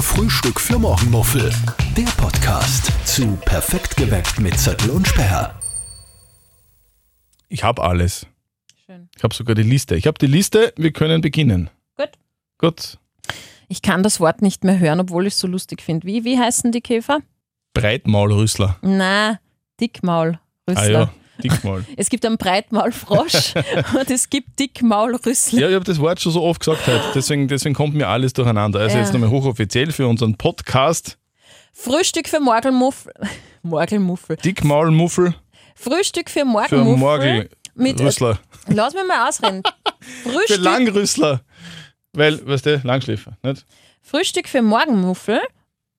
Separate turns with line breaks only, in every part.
Frühstück für Morgenmuffel. Der Podcast zu Perfekt geweckt mit Zettel und Sperr.
Ich habe alles.
Schön.
Ich habe sogar die Liste. Ich habe die Liste. Wir können beginnen.
Gut.
Gut.
Ich kann das Wort nicht mehr hören, obwohl ich es so lustig finde. Wie, wie heißen die Käfer?
Breitmaulrüssler.
Na,
Ah
Dickmaulrüssler.
ja, Dickmaul.
Es gibt einen Breitmaulfrosch und es gibt Dickmaulrüssler.
Ja, ich habe das Wort schon so oft gesagt heute. Deswegen, deswegen kommt mir alles durcheinander. Also
Ja.
jetzt nochmal hochoffiziell für unseren Podcast.
Frühstück für Morgelmuffel. Morgelmuffel.
Dickmaulmuffel
Frühstück für
für
Morgelmuffel. mit,
Morgelrüssler.
Lass mich mal ausreden.
Für
Frühstück
Langrüssler. Weil, weißt du, Langschläfer. Nicht?
Frühstück für Morgenmuffel,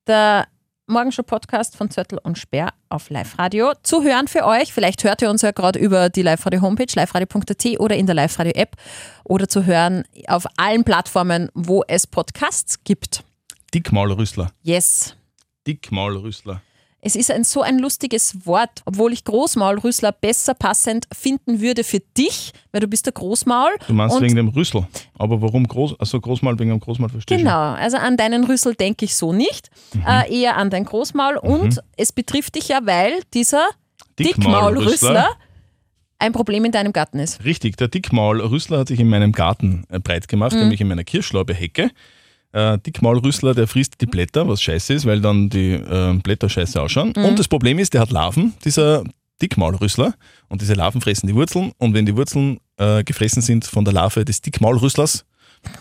der Morgenshow-Podcast von Zöttl und Speer auf Live-Radio. Zu hören für euch, vielleicht hört ihr uns ja gerade über die Live-Radio-Homepage, liveradio.at oder in der Live-Radio-App oder zu hören auf allen Plattformen, wo es Podcasts gibt.
Dickmaulrüssler.
Yes.
Dickmaulrüssler.
Es ist ein so ein lustiges Wort, obwohl ich Großmaulrüssler besser passend finden würde für dich, weil du bist der Großmaul.
Du meinst
und
wegen dem Rüssel. Aber warum groß? Also Großmaul wegen dem Großmaul verstehe ich.
Genau, also an deinen Rüssel denke ich so nicht,
Mhm.
äh, eher an dein Großmaul. Und es betrifft dich ja, weil dieser Dickmaulrüssler ein Problem in deinem Garten ist.
Richtig, der Dickmaulrüssler hat sich in meinem Garten äh, breit gemacht, nämlich in meiner Kirschlaube-Hecke. Äh, Dickmaulrüssler, der frisst die Blätter, was scheiße ist, weil dann die äh, Blätter scheiße ausschauen. Und das Problem ist, der hat Larven, dieser Dickmaulrüssler. Und diese Larven fressen die Wurzeln. Und wenn die Wurzeln äh, gefressen sind von der Larve des Dickmaulrüsslers,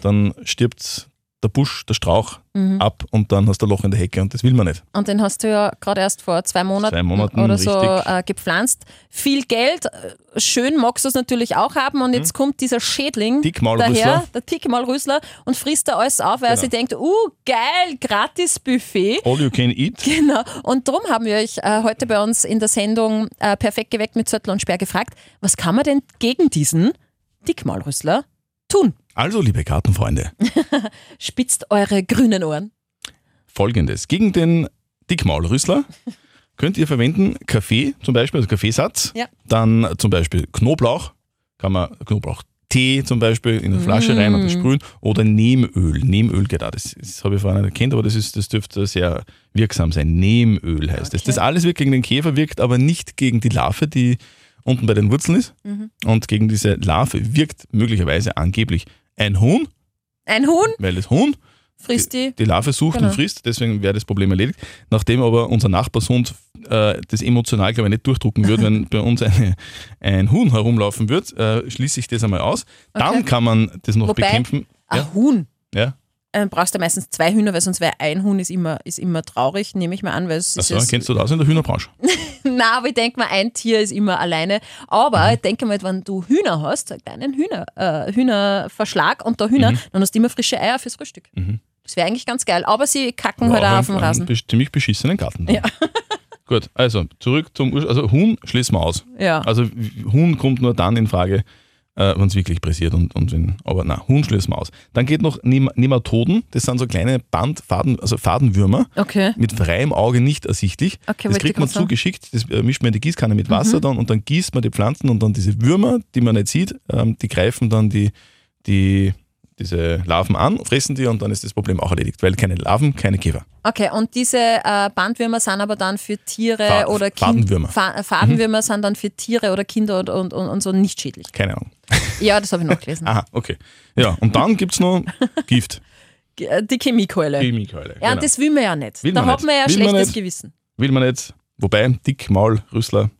dann stirbt der Busch, der Strauch ab und dann hast du ein Loch in der Hecke und das will man nicht.
Und den hast du ja gerade erst vor zwei Monaten,
Zwei Monaten,
oder so
richtig.
äh, gepflanzt. Viel Geld, äh, schön magst du es natürlich auch haben. Und jetzt kommt dieser Schädling
Mhm. Dickmaulrüssler.
daher, der Dickmaulrüssler, und frisst da alles auf, weil er
Genau.
sich denkt, uh, geil, gratis Buffet.
All you can eat.
Genau. Und darum haben wir euch äh, heute bei uns in der Sendung äh, Perfekt geweckt mit Zöttl und Sperr gefragt, was kann man denn gegen diesen Dickmaulrüssler tun?
Also, liebe Gartenfreunde,
Spitzt eure grünen Ohren.
folgendes. Gegen den Dickmaulrüssler könnt ihr verwenden Kaffee, zum Beispiel, also Kaffeesatz.
Ja.
Dann zum Beispiel Knoblauch, kann man Knoblauchtee zum Beispiel in eine Flasche rein und das sprühen. Oder Nehmöl. Nehmöl geht auch, das, das habe ich vorher nicht erkannt, aber das, ist, das dürfte sehr wirksam sein. Nehmöl heißt das. Das alles wirkt gegen den Käfer, wirkt aber nicht gegen die Larve, die unten bei den Wurzeln ist. Und gegen diese Larve wirkt möglicherweise angeblich ein Huhn,
Ein Huhn
weil das Huhn
frisst die.
die Larve sucht
Genau.
und frisst, deswegen wäre das Problem erledigt. Nachdem aber unser Nachbarshund äh, das emotional, glaube ich, nicht durchdrucken würde, wenn bei uns eine, ein Huhn herumlaufen wird, äh, schließe ich das einmal aus. Dann kann man das noch
Wobei-
bekämpfen.
Ein
Ja.
Huhn.
Ja,
Äh, brauchst du meistens zwei Hühner, weil sonst wäre ein Huhn ist immer, ist immer traurig, nehme ich mal an, weil es ist
also
ja-
kennst du das in der Hühnerbranche.
Na, aber ich denke mal, ein Tier ist immer alleine. Aber
Mhm.
ich denke mal, wenn du Hühner hast, einen kleinen Hühner, äh, Hühnerverschlag und da Hühner,
Mhm.
dann hast du immer frische Eier fürs Frühstück. Das wäre eigentlich ganz geil. Aber sie kacken halt
Aber
auch auf dem
einen-
Rasen.
einen besch- ziemlich beschissenen Garten. Ja. Gut, also zurück zum Ur Also Huhn schließen wir aus.
Ja.
Also Huhn kommt nur dann in Frage, äh, wenn es wirklich pressiert und, und wenn, aber na, Huhn schließen wir aus. Dann geht noch Nema- Nematoden, das sind so kleine Bandfaden, also Fadenwürmer.
Okay.
Mit freiem Auge nicht ersichtlich.
Okay,
das
wollte ich
kriegt man
grad sagen. Mhm.
zugeschickt, das äh, mischt man in die Gießkanne mit Wasser dann und dann gießt man die Pflanzen und dann diese Würmer, die man nicht sieht, ähm, die greifen dann die, die, diese Larven an, fressen die und dann ist das Problem auch erledigt, weil keine Larven, keine Käfer.
Okay, und diese äh, Bandwürmer sind aber dann für Tiere
Fa-
oder
Fadenwürmer. Mhm.
Fa äh, Fadenwürmer sind dann für Tiere oder Kinder und, und, und, und so nicht schädlich.
Keine Ahnung.
Ja, das habe ich noch gelesen.
Aha, okay. Ja, und dann gibt es noch Gift.
G- äh, Die Chemiekeule.
Chemikeule.
Ja, und
genau.
das will man ja nicht.
Will
da
man
hat
nicht.
man ja
Will man
schlechtes
nicht.
Gewissen.
Will man jetzt, wobei Dickmaul, Rüssler,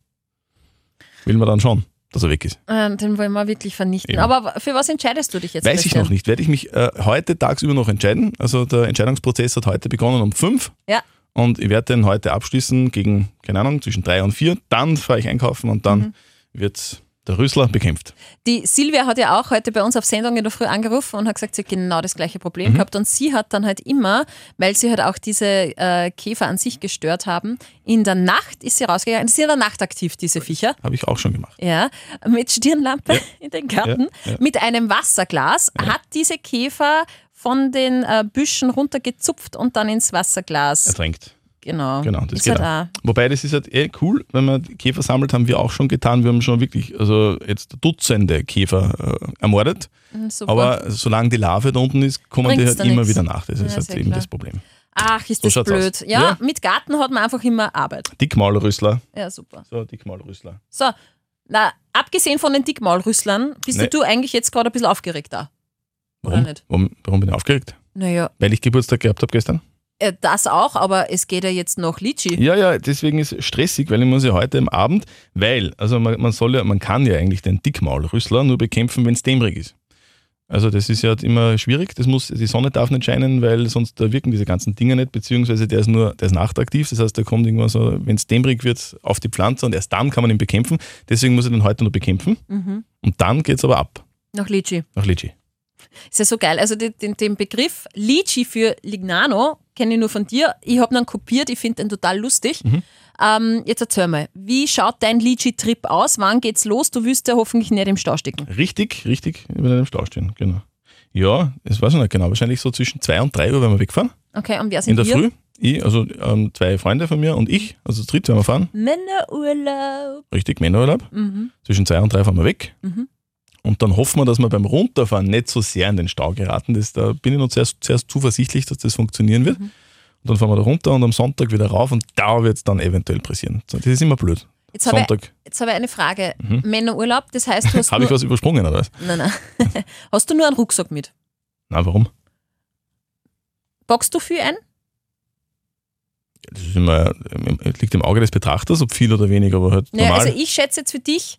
will man dann schon, dass er weg ist.
Äh, den wollen wir wirklich vernichten.
Eben.
Aber für was entscheidest du dich jetzt?
Weiß ich
Christian?
noch nicht. Werde ich mich äh, heute tagsüber noch entscheiden. Also der Entscheidungsprozess hat heute begonnen um fünf
Ja.
und ich werde den heute abschließen gegen, keine Ahnung, zwischen drei und vier. Dann fahre ich einkaufen und dann
Mhm.
wird der Rüssler bekämpft.
Die Silvia hat ja auch heute bei uns auf Sendung in der Früh angerufen und hat gesagt, sie hat genau das gleiche
Mhm.
Problem gehabt. Und sie hat dann halt immer, weil sie halt auch diese äh, Käfer an sich gestört haben, in der Nacht ist sie rausgegangen. Sie sind in der Nacht aktiv, diese Viecher.
Habe ich auch schon gemacht.
Ja, mit Stirnlampe in den Garten,
Ja, ja.
mit einem Wasserglas, hat diese Käfer von den äh, Büschen runtergezupft und dann ins Wasserglas.
Ertränkt.
genau.
Genau, das
Ist
geht
halt auch.
Wobei das ist halt eh cool, wenn man die Käfer sammelt, haben wir auch schon getan. Wir haben schon wirklich, also jetzt Dutzende Käfer äh, ermordet.
Super.
Aber solange die Larve da unten ist, kommen
Bringt's
die halt
da
immer
nix.
wieder nach. Das
Ja,
ist halt
sehr
eben
klar.
das Problem.
Ach, ist
So
das
schaut's
blöd.
aus.
Ja,
Ja.
mit Garten hat man einfach immer Arbeit.
Dickmaulrüssler.
Ja, super.
So, Dickmaulrüssler.
So, na, abgesehen von den Dickmaulrüsslern, bist
Nee.
du eigentlich jetzt gerade ein bisschen aufgeregt da? Oder
Warum?
nicht?
Warum, warum bin ich aufgeregt?
Naja,
Weil ich Geburtstag gehabt habe gestern?
äh, das auch, aber es geht ja jetzt noch Litschi.
Ja, ja, deswegen ist es stressig, weil ich muss ja heute am Abend, weil, also man, man soll ja, man kann ja eigentlich den Dickmaulrüssler nur bekämpfen, wenn es dämmerig ist. Also das ist ja immer schwierig, das muss, die Sonne darf nicht scheinen, weil sonst äh, wirken diese ganzen Dinger nicht, beziehungsweise der ist nur, der ist nachtaktiv, das heißt, der kommt irgendwann so, wenn es dämmerig wird, auf die Pflanze und erst dann kann man ihn bekämpfen, deswegen muss ich den heute nur bekämpfen
Mhm.
und dann geht's aber ab
Noch Litschi.
nach Litschi.
Ist ja so geil. Also den, den, den Begriff Litschi für Lignano kenne ich nur von dir. Ich habe ihn kopiert, ich finde den total lustig.
Mhm.
Ähm, jetzt erzähl mal, wie schaut dein Litschi-Trip aus? Wann geht's los? Du wirst ja hoffentlich nicht im Stau stecken.
Richtig, richtig, über dem Stau stehen, genau. Ja, das weiß ich nicht genau, wahrscheinlich so zwischen 2 und 3 Uhr werden wir wegfahren.
Okay, und wer sind
In der
wir?
Früh, ich, also ähm, zwei Freunde von mir und ich, also zu dritt werden wir fahren,
Männerurlaub.
richtig Männerurlaub.
Mhm.
Zwischen zwei und drei fahren wir weg.
Mhm.
Und dann hoffen wir, dass wir beim Runterfahren nicht so sehr in den Stau geraten. Das, da bin ich noch sehr, sehr zuversichtlich, dass das funktionieren
Mhm.
wird. Und dann fahren wir da runter und am Sonntag wieder rauf und da wird es dann eventuell pressieren. So, Das ist immer blöd.
Jetzt habe ich
Sonntag.
Jetzt habe ich eine Frage. Männerurlaub, das heißt, du hast,
Habe ich
nur,
was übersprungen oder was?
nein, nein. hast du nur einen Rucksack mit?
Nein, warum?
Bockst du viel ein?
Das ist immer, liegt im Auge des Betrachters, ob viel oder wenig, aber halt
Naja,
normal.
also ich schätze jetzt für dich,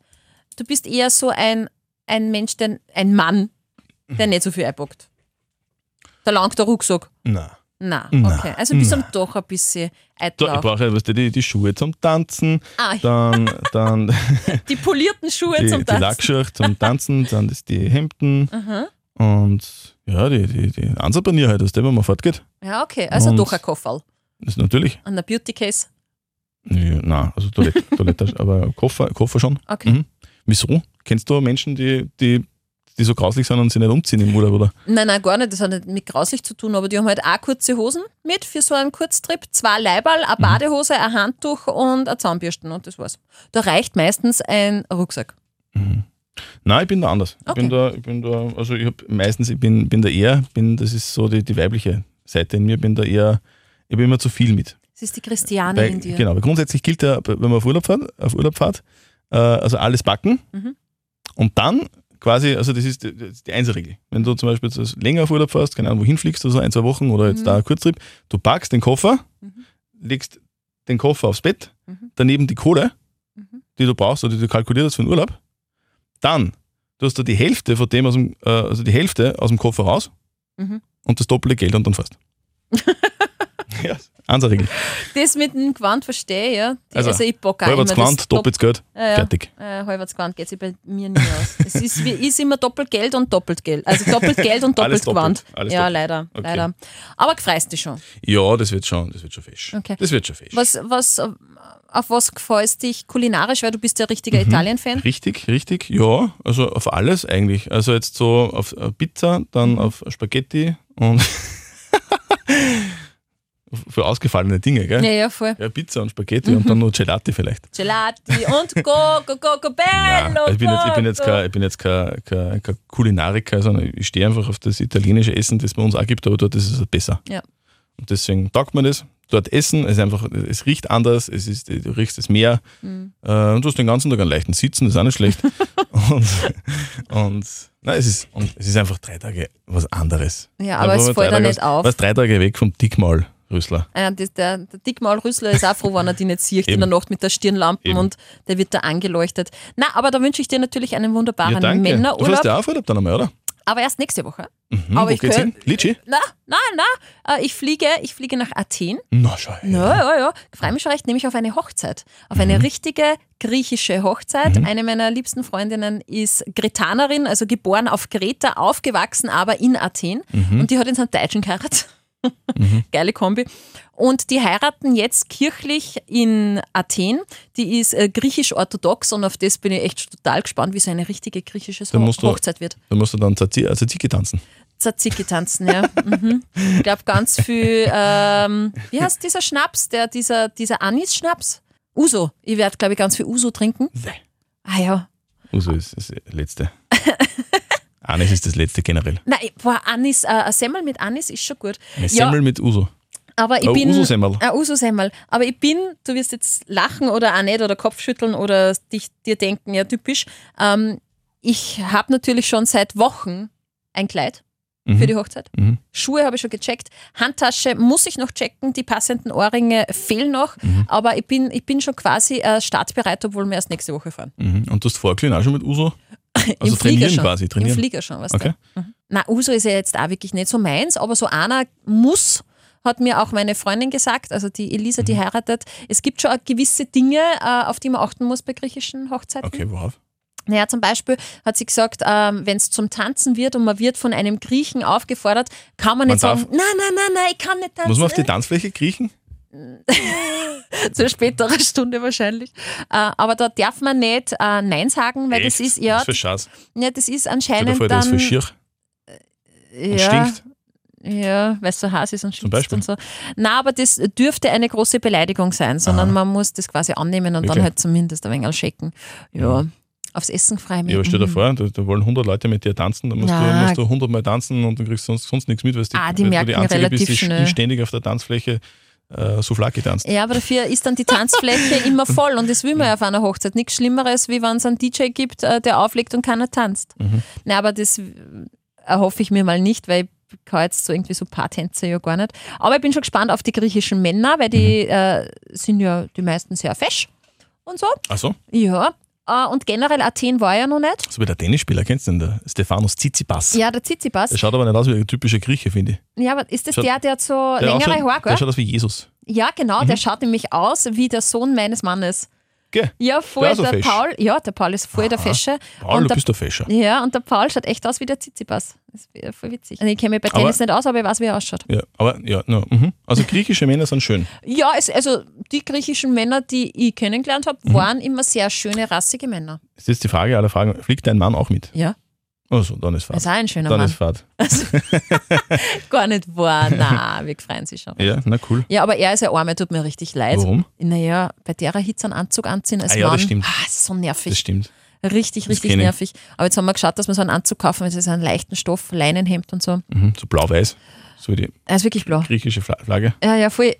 du bist eher so ein, ein Mensch, der, ein Mann, der nicht so viel einpackt. Da langt der Rucksack.
Nein.
Na,
Na,
okay. Also bist du
na.
dann doch ein bisschen
So, ich
eitlauch.
brauche weißt du, die, die Schuhe zum Tanzen,
Ah,
dann, dann
die polierten Schuhe
die,
zum
die
Tanzen.
Lackschicht zum Tanzen, dann das die Hemden
Mhm.
und ja, die, die, die Ansapanier halt, aus dem man fortgeht.
Ja, okay. Also
Und-
doch ein Kofferl.
Das ist natürlich.
An der Beauty Case.
Ja, nein, also Toilette, Toilette aber Koffer, Koffer schon.
Okay.
Mhm. Wieso? Kennst du Menschen, die, die, die so grauslich sind und sie nicht umziehen im Urlaub, oder?
Nein, nein, gar nicht. Das hat nicht mit grauslich zu tun, aber die haben halt auch kurze Hosen mit für so einen Kurztrip. Zwei Leiberl,
Mhm.
eine Badehose, ein Handtuch und eine Zahnbürsten und das war's. Da reicht meistens ein Rucksack.
Nein, ich bin da anders.
Okay.
Ich bin da, ich bin da, also ich habe meistens, ich bin, bin da eher, bin, das ist so die, die weibliche Seite in mir, bin da eher, ich bin immer zu viel mit.
Das ist die Christiane
Bei,
in dir.
Genau, aber grundsätzlich gilt ja, wenn man auf Urlaub fährt, auf Urlaub fährt äh, also alles backen
Mhm.
und dann quasi, also das ist die, das ist die Einzelregel. Wenn du zum Beispiel jetzt als länger auf Urlaub fährst, keine Ahnung, wohin fliegst, also ein, zwei Wochen oder jetzt
Mhm.
da ein Kurztrip, du packst den Koffer, legst den Koffer aufs Bett,
Mhm.
daneben die Kohle,
Mhm.
die du brauchst oder die du kalkuliert hast für den Urlaub, dann tust du die Hälfte von dem aus dem, äh, also die Hälfte aus dem Koffer raus
Mhm.
und das doppelte Geld und dann fährst. ja, Einzelregel.
Das mit dem Gewand verstehe ich, ja. Die, also,
Also,
ich bock auch immer
Halberts
das
Quant, doppeltes Geld.
Ja, ja.
Fertig.
Äh, halberts Gewand geht sich bei mir nie aus. es ist, wie- ist immer doppelt Geld und doppelt Geld. Also doppelt Geld und doppelt
Alles
Gewand.
doppelt, alles
ja,
doppelt.
leider,
Okay.
leider. Aber gefreist dich schon.
Ja, das wird schon, das wird schon fesch.
Okay.
Das wird schon fesch.
Was, was, äh, auf was gefällt dich kulinarisch, weil du bist ja richtiger
Mhm.
Italien-Fan?
Richtig, richtig, ja. Also auf alles eigentlich. Also jetzt so auf äh, Pizza,
Mhm.
dann auf Spaghetti und für ausgefallene Dinge, gell?
Ja, ja, voll.
Ja, Pizza und
Mhm.
Spaghetti und dann nur Gelati vielleicht.
Gelati und Coco, Cocobello.
ich bin jetzt, ich bin jetzt,
Coco.
kein, ich bin jetzt kein, kein, kein Kulinariker, sondern ich stehe einfach auf das italienische Essen, das es bei uns auch gibt, aber dort ist es halt besser.
Ja.
Und deswegen taugt man das. Dort essen, es, ist einfach, es riecht anders, es ist, du riechst es mehr.
Mhm.
Äh, und du hast den ganzen Tag einen leichten Sitzen, das ist auch nicht schlecht. und und, nein, es, ist, und es ist einfach drei Tage was anderes.
Ja, aber es
wenn man
fällt
drei
auch
Tage
nicht
was-
auf.
Was drei Tage weg vom Dickmaul, Rüssler.
Ah, das, der, der Dickmaulrüssler ist auch froh, wenn er die nicht sieht in
Eben.
der Nacht mit der Stirnlampe
Eben.
und der wird da angeleuchtet. Na, aber da wünsche ich dir natürlich einen wunderbaren
Ja, danke. Du
Männerurlaub.
fährst ja auch auf Urlaub dann einmal, oder?
aber erst nächste Woche.
Mhm,
Aber
wo
ich
geht's hin? Litschi?
Na, na, na. äh, Ich fliege, ich fliege nach Athen.
Na, schau. her.
Ja, ja, ja. Ich freue mich schon recht, nämlich auf eine Hochzeit. Auf
Mhm.
eine richtige griechische Hochzeit. Eine meiner liebsten Freundinnen ist Gretanerin, also geboren auf Kreta, aufgewachsen, aber in Athen.
Mhm.
Und die hat jetzt einen Deutschen geheiratet. Geile Kombi. Und die heiraten jetzt kirchlich in Athen. Die ist äh, griechisch-orthodox und auf das bin ich echt total gespannt, wie so eine richtige griechische
Dann
Ho
musst du-
Hochzeit wird.
Da musst du dann Tzatziki äh, Tzatziki tanzen.
Tzatziki tanzen, ja. mhm. Ich glaube, ganz viel. Ähm, wie heißt dieser Schnaps? Der, dieser dieser Anis-Schnaps? Uso. Ich werde, glaube ich, ganz viel Uso trinken. Ah ja.
Uso ist das Letzte. Anis ist das Letzte generell.
Nein, boah, Anis, äh, ein Semmel mit Anis ist schon gut.
Eine
Ja,
Semmel mit Uso.
Aber ich
Ein
bin.
Ususemmel.
Ein Ususemmel. Aber ich bin, du wirst jetzt lachen oder auch nicht oder Kopfschütteln oder dich, dir denken, ja, typisch. Ähm, ich habe natürlich schon seit Wochen ein Kleid für die Hochzeit.
Mhm.
Schuhe habe ich schon gecheckt. Handtasche muss ich noch checken. Die passenden Ohrringe fehlen noch.
Mhm.
Aber ich bin, ich bin schon quasi äh, startbereit, obwohl wir erst nächste Woche fahren.
Mhm. Und du hast vorgelegt auch schon mit Uso? Also
Im Flieger
trainieren
schon.
quasi, trainieren.
Im Flieger schon, weißt
Okay.
du. Mhm. Na, Uso ist ja jetzt auch wirklich nicht so meins, aber so einer muss, hat mir auch meine Freundin gesagt, also die Elisa,
Mhm.
die heiratet. Es gibt schon gewisse Dinge, äh, auf die man achten muss bei griechischen Hochzeiten.
Okay, worauf?
Naja, zum Beispiel hat sie gesagt, ähm, wenn es zum Tanzen wird und man wird von einem Griechen aufgefordert, kann man,
Man
nicht sagen,
darf-
nein, nein, nein, nein, ich kann nicht tanzen.
Muss man auf die Tanzfläche kriechen?
zu späterer Stunde wahrscheinlich. Äh, aber da darf man nicht äh, Nein sagen, weil das
Echt?
ist ja,
Das ist für Schatz.
ja das ist
Stell dir
anscheinend
vor, das
dann.
ist für Schirr und
ja,
stinkt.
Ja, weil es so heiß ist und schwitzt
Beispiel.
und so. Na, aber das dürfte eine große Beleidigung sein, sondern man muss das quasi annehmen und dann
Wirklich?
halt zumindest ein wenig schicken. Ja, aufs Essen frei
Mhm. Ja, aber stell dir vor, da, da wollen 100 Leute mit dir tanzen, da musst,
Mhm. Na.
du, musst du 100 Mal tanzen und dann kriegst du sonst, sonst nichts mit, weil du-
Ah, die
weil du
merken
die Einzige
relativ
bist, die
schnell.
st- ständig auf der Tanzfläche äh, Souflaki tanzt.
Ja, aber dafür ist dann die Tanzfläche immer voll und das will man ja auf einer Hochzeit. Nichts Schlimmeres, wie wenn es einen DJ gibt, äh, der auflegt und keiner tanzt.
Mhm.
Na, aber das äh, erhoffe ich mir mal nicht, weil ich kann jetzt so irgendwie so Paartänze ja gar nicht. Aber ich bin schon gespannt auf die griechischen Männer, weil die
Mhm.
äh, sind ja die meisten sehr fesch und so.
Achso,
Ja. Äh, und generell Athen war ja noch nicht.
so wie der Tennisspieler, kennst du den? Der Stefanos Tsitsipas.
Ja, der Tsitsipas.
Der schaut aber nicht aus wie ein typischer Grieche, finde ich.
Ja, aber ist das
Schaut-
der, der hat so
Der, ausschaut-
längere Haare,
also der
gell?
schaut Mhm. aus wie Jesus.
Ja, genau, der schaut nämlich aus wie der Sohn meines Mannes.
Gell?
Ja, voll
Der
der,
ist auch fesch.
Paul. Ja, der Paul ist voll der Fesche.
Paul,
und
du
der,
bist der Fäscher.
ja, und der Paul schaut echt aus wie der Tsitsipas. Das ist voll witzig. Also ich kenne mich bei
Aber-
Tennis nicht aus, aber ich weiß, wie er ausschaut.
Ja, aber ja, no, mhm. also griechische Männer sind schön.
Ja, es, also die griechischen Männer, die ich kennengelernt habe,
Mhm.
waren immer sehr schöne, rassige Männer.
Ist jetzt die Frage aller Fragen, fliegt dein Mann auch mit?
Ja,
Also, dann ist
er ist
Fahrt.
auch ein schöner
Dann ist
Mann.
Fahrt.
Gar nicht wahr. Na, wir freuen sich schon.
Ja, na cool.
Ja, aber er ist ein Armer, tut mir richtig leid.
Warum?
Naja, bei derer Hitze einen Anzug anziehen als
Ah ja, das
Mann,
stimmt.
Ah, ist so
Das
nervig.
stimmt.
Richtig, richtig
kenn ich.
nervig. Aber jetzt haben wir geschaut, dass wir so einen Anzug kaufen, es ist ein leichten Stoff, Leinenhemd und so.
Mhm. So blau-weiß, so wie die
Er ist wirklich blau.
griechische Fla- Flagge.
Ja, ja, voll.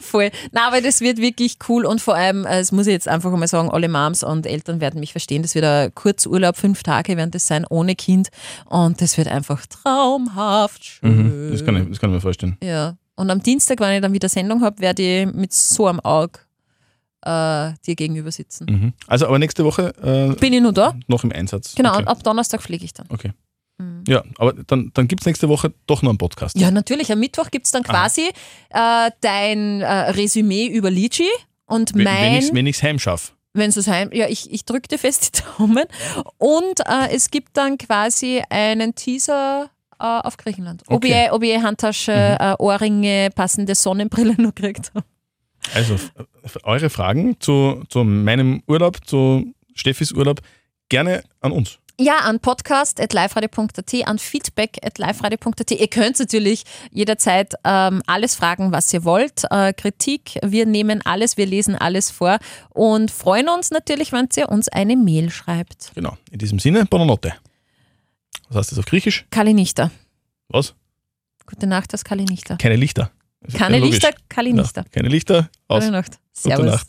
voll. Na, aber das wird wirklich cool und vor allem, äh, das muss ich jetzt einfach mal sagen, alle Moms und Eltern werden mich verstehen, das wird ein Kurzurlaub, fünf Tage werden das sein, ohne Kind und das wird einfach traumhaft schön.
Mhm. Das, kann ich, das kann ich mir vorstellen.
Ja. Und am Dienstag, wenn ich dann wieder Sendung habe, werde ich mit so einem Auge äh, dir gegenüber sitzen.
Mhm. Also, aber nächste Woche äh,
Bin ich nur da?
noch im Einsatz.
Genau, und
Okay.
ab Donnerstag fliege ich dann.
okay. Ja, aber dann, dann gibt es nächste Woche doch noch einen Podcast.
Ja, natürlich. Am Mittwoch gibt es
Ah.
dann quasi äh, dein äh, Resümee über Litschi und
Wenn-
mein.
Wenn ich es heim schaffe.
wenn es heim, ja, ich, ich drücke dir fest die Daumen. Und äh, es gibt dann quasi einen Teaser äh, auf Griechenland. Ob,
Okay. Mhm.
ich, ob ich Handtasche, äh, Ohrringe, passende Sonnenbrille noch gekriegt habe.
Also, f- f- eure Fragen zu, zu meinem Urlaub, zu Steffis Urlaub, gerne an uns.
Ja, an podcast.liferadio.at, an feedback.liferadio.at. Ihr könnt natürlich jederzeit ähm, alles fragen, was ihr wollt. Äh, Kritik, wir nehmen alles, wir lesen alles vor und freuen uns natürlich, wenn ihr uns eine Mail schreibt.
Genau. In diesem Sinne, Bonanotte. Was heißt das auf Griechisch?
Kalinichta.
Was?
Gute Nacht, das Kalinichta.
Keine Lichter. Das ist
Keine
ja logisch.
Lichter,
Ja,
Kalinichta.
keine Lichter. Aus.
Gute Nacht.
Gute
Servus.
Nacht.